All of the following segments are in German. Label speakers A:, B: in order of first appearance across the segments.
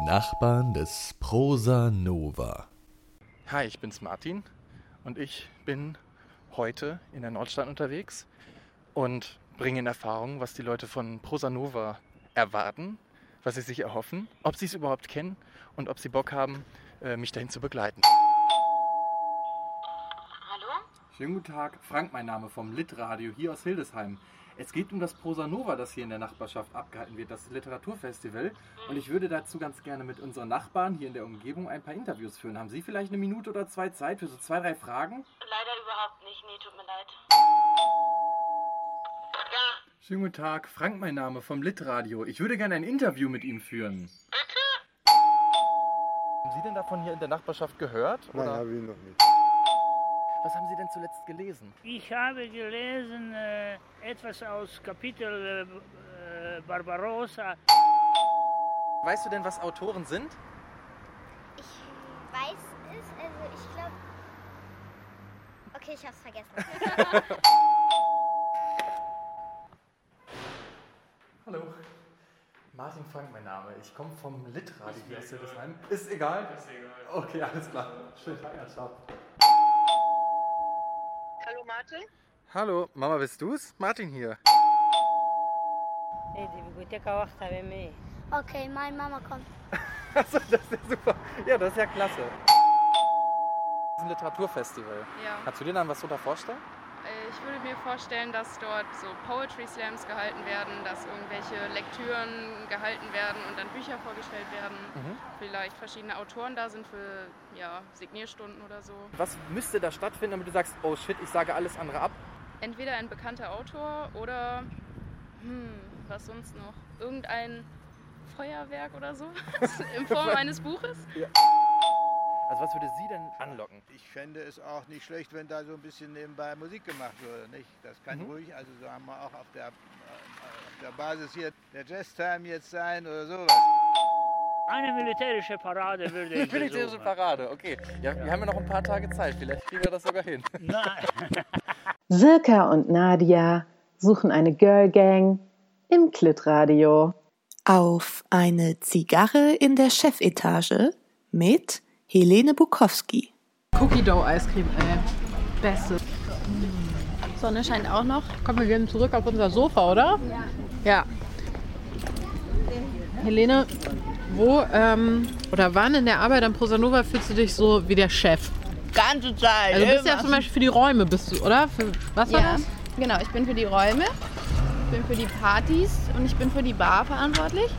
A: Nachbarn des Prosa Nova.
B: Hi, ich bin's Martin und ich bin heute in der Nordstadt unterwegs und bringe in Erfahrung, was die Leute von Prosa Nova erwarten, was sie sich erhoffen, ob sie es überhaupt kennen und ob sie Bock haben, äh, mich dahin zu begleiten.
C: Hallo?
B: Schönen guten Tag, Frank mein Name vom Litradio hier aus Hildesheim. Es geht um das Prosa Nova, das hier in der Nachbarschaft abgehalten wird, das Literaturfestival. Und ich würde dazu ganz gerne mit unseren Nachbarn hier in der Umgebung ein paar Interviews führen. Haben Sie vielleicht eine Minute oder zwei Zeit für so zwei, drei Fragen?
C: Leider überhaupt nicht. Nee, tut mir leid. Ja,
B: Schönen guten Tag, Frank mein Name vom Litradio. Ich würde gerne ein Interview mit ihm führen.
C: bitte?
B: Haben Sie denn davon hier in der Nachbarschaft gehört?
D: Nein,
B: Oder
D: habe ich noch nicht.
B: was haben Sie denn zuletzt gelesen?
E: Ich habe gelesen äh, etwas aus Kapitel äh, äh, Barbarossa.
B: Weißt du denn, was Autoren sind?
F: Ich weiß es, also ich glaube. Okay, ich hab's vergessen.
B: Hallo. Martin Frank, mein Name. Ich komme vom Litradio hier aus Hildesheim. Ist egal? Ist egal. Okay, alles klar. Schönen Tag, Herr Schaub.
C: Hallo Martin?
B: Hallo, Mama, bist du's? Martin hier.
F: Okay, meine Mama kommt.
B: Achso, das ist ja super. Ja, das ist ja klasse. Das ist ein Literaturfestival.
G: Ja,
B: Kannst du dir dann was darunter vorstellen?
G: äh, ich würde mir vorstellen, dass dort so Poetry Slams gehalten werden, dass irgendwelche Lektüren gehalten werden und dann Bücher vorgestellt werden.
B: Mhm.
G: Vielleicht verschiedene Autoren da sind für ja, Signierstunden oder so.
B: Was müsste da stattfinden, damit du sagst, oh shit, ich sage alles andere ab?
G: Entweder ein bekannter Autor oder hm, was sonst noch? Irgendein Feuerwerk oder so in Form eines Buches.
B: Also was würde sie denn anlocken?
H: Ich fände es auch nicht schlecht, wenn da so ein bisschen nebenbei Musik gemacht würde, nicht? Das kann
B: Mhm.
H: ruhig, also so haben wir auch auf der, äh, auf der Basis hier der Jazz-Time jetzt sein oder sowas.
E: Eine militärische Parade würde ich
B: Militärische
E: besuchen.
B: Parade, okay. Ja, wir haben ja noch ein paar Tage Zeit. Vielleicht kriegen wir das sogar hin.
E: Nein.
I: Silke und Nadia suchen eine Girl Gang im Klitradio.
J: Auf eine Zigarre in der Chefetage mit Helene Bukowski.
K: Cookie Dough Eiscreme, ey. Beste. Sonne scheint auch noch. Komm, wir gehen zurück auf unser Sofa, oder? Ja. Helene, wo ähm, oder wann in der Arbeit am Prosanova fühlst du dich so wie der Chef?
G: Ganze Zeit.
K: Also du bist ja zum Beispiel für die Räume, bist du, oder? Für, was war
G: Ja,
K: das?
G: genau. Ich bin für die Räume, ich bin für die Partys und ich bin für die Bar verantwortlich.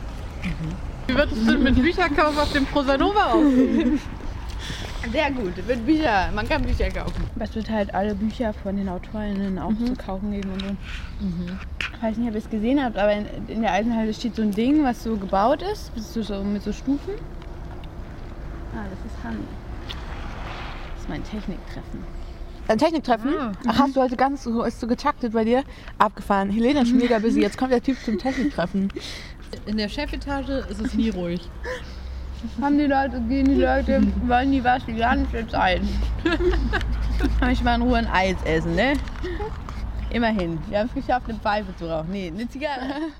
K: Wie wird es denn mit Bücherkauf auf dem Prosanova aussehen?
G: Sehr gut. Wird Bücher. Man kann Bücher kaufen.
C: Es wird halt alle Bücher von den AutorInnen auch
K: Mhm.
C: zu kaufen geben und so. Ich weiß nicht, ob ihr es gesehen habt, aber in, in der Eisenhalle steht so ein Ding, was so gebaut ist, das ist so, mit so Stufen. Ah, das ist Hanni. Das ist mein Techniktreffen.
K: Dein Techniktreffen? Ach, hast du heute ganz so, ist so getaktet bei dir? Abgefahren. Helene ist mega busy. Jetzt kommt der Typ zum Techniktreffen. In der Chefetage ist es nie ruhig.
C: Haben die Leute, gehen die Leute, wollen die was, die laden jetzt ein. Kann ich mal in Ruhe ein Eis essen, ne? Immerhin, wir haben es geschafft, eine Pfeife zu rauchen. Nee, eine Zigarre.